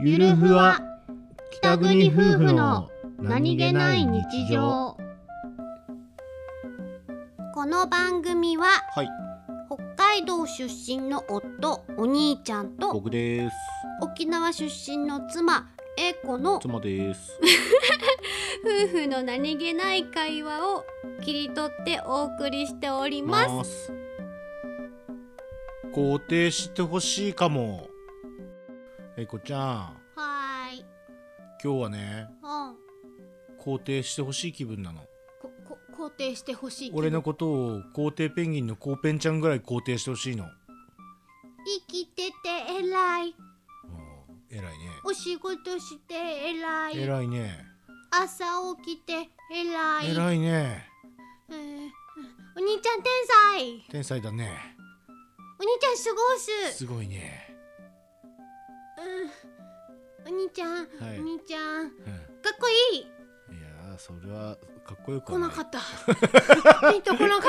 ゆるふわ北国夫婦のこの番組ははい北海道出身の夫お兄ちゃんと僕です沖縄出身の妻英子の夫妻です婦の何気ない会話を切り取ってお送りしておりますす肯定してほしいかもえいこちゃんはーい今日はねうん肯定してほしい気分なのここ肯定してほしい俺のことを肯定ペンギンのコウペンちゃんぐらい肯定してほしいの生きてて偉いうん偉いねお仕事して偉い偉いね朝起きて偉い偉いねえーお兄ちゃん天才天才だねお兄ちゃんすごいっすすごいねお兄ちゃん、はいお兄ちゃんかうんっこいいいやーそれはかっこよく来は ないかったピンとこなかった